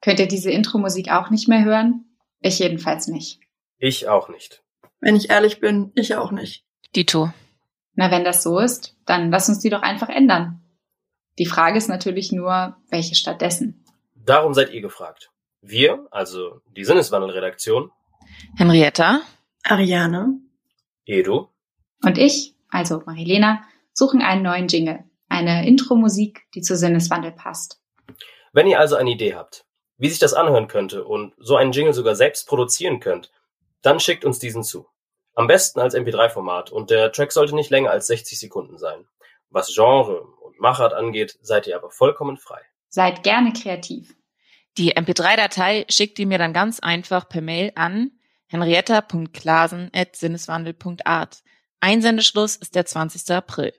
Könnt ihr diese Intro-Musik auch nicht mehr hören? Ich jedenfalls nicht. Ich auch nicht. Wenn ich ehrlich bin, ich auch nicht. Dito. Na, wenn das so ist, dann lass uns die doch einfach ändern. Die Frage ist natürlich nur, welche stattdessen. Darum seid ihr gefragt. Wir, also die Sinneswandelredaktion, Henrietta. Ariane? Edu, Und ich, also Marilena, suchen einen neuen Jingle. Eine Intro-Musik, die zu Sinneswandel passt. wenn ihr also eine Idee habt, wie sich das anhören könnte und so einen Jingle sogar selbst produzieren könnt, dann schickt uns diesen zu. Am besten als MP3-Format und der Track sollte nicht länger als 60 Sekunden sein. Was Genre und Machart angeht, seid ihr aber vollkommen frei. Seid gerne kreativ. Die MP3-Datei schickt ihr mir dann ganz einfach per Mail an henrietta.klasen.sinneswandel.art. Einsendeschluss ist der 20. April.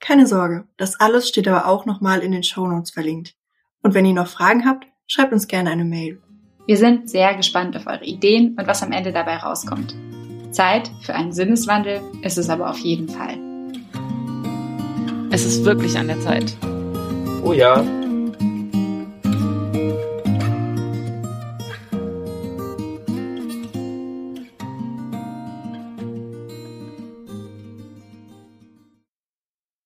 Keine Sorge, das alles steht aber auch nochmal in den Shownotes verlinkt. Und wenn ihr noch Fragen habt, schreibt uns gerne eine Mail. Wir sind sehr gespannt auf eure Ideen und was am Ende dabei rauskommt. Zeit für einen Sinneswandel ist es aber auf jeden Fall. Es ist wirklich an der Zeit. Oh ja,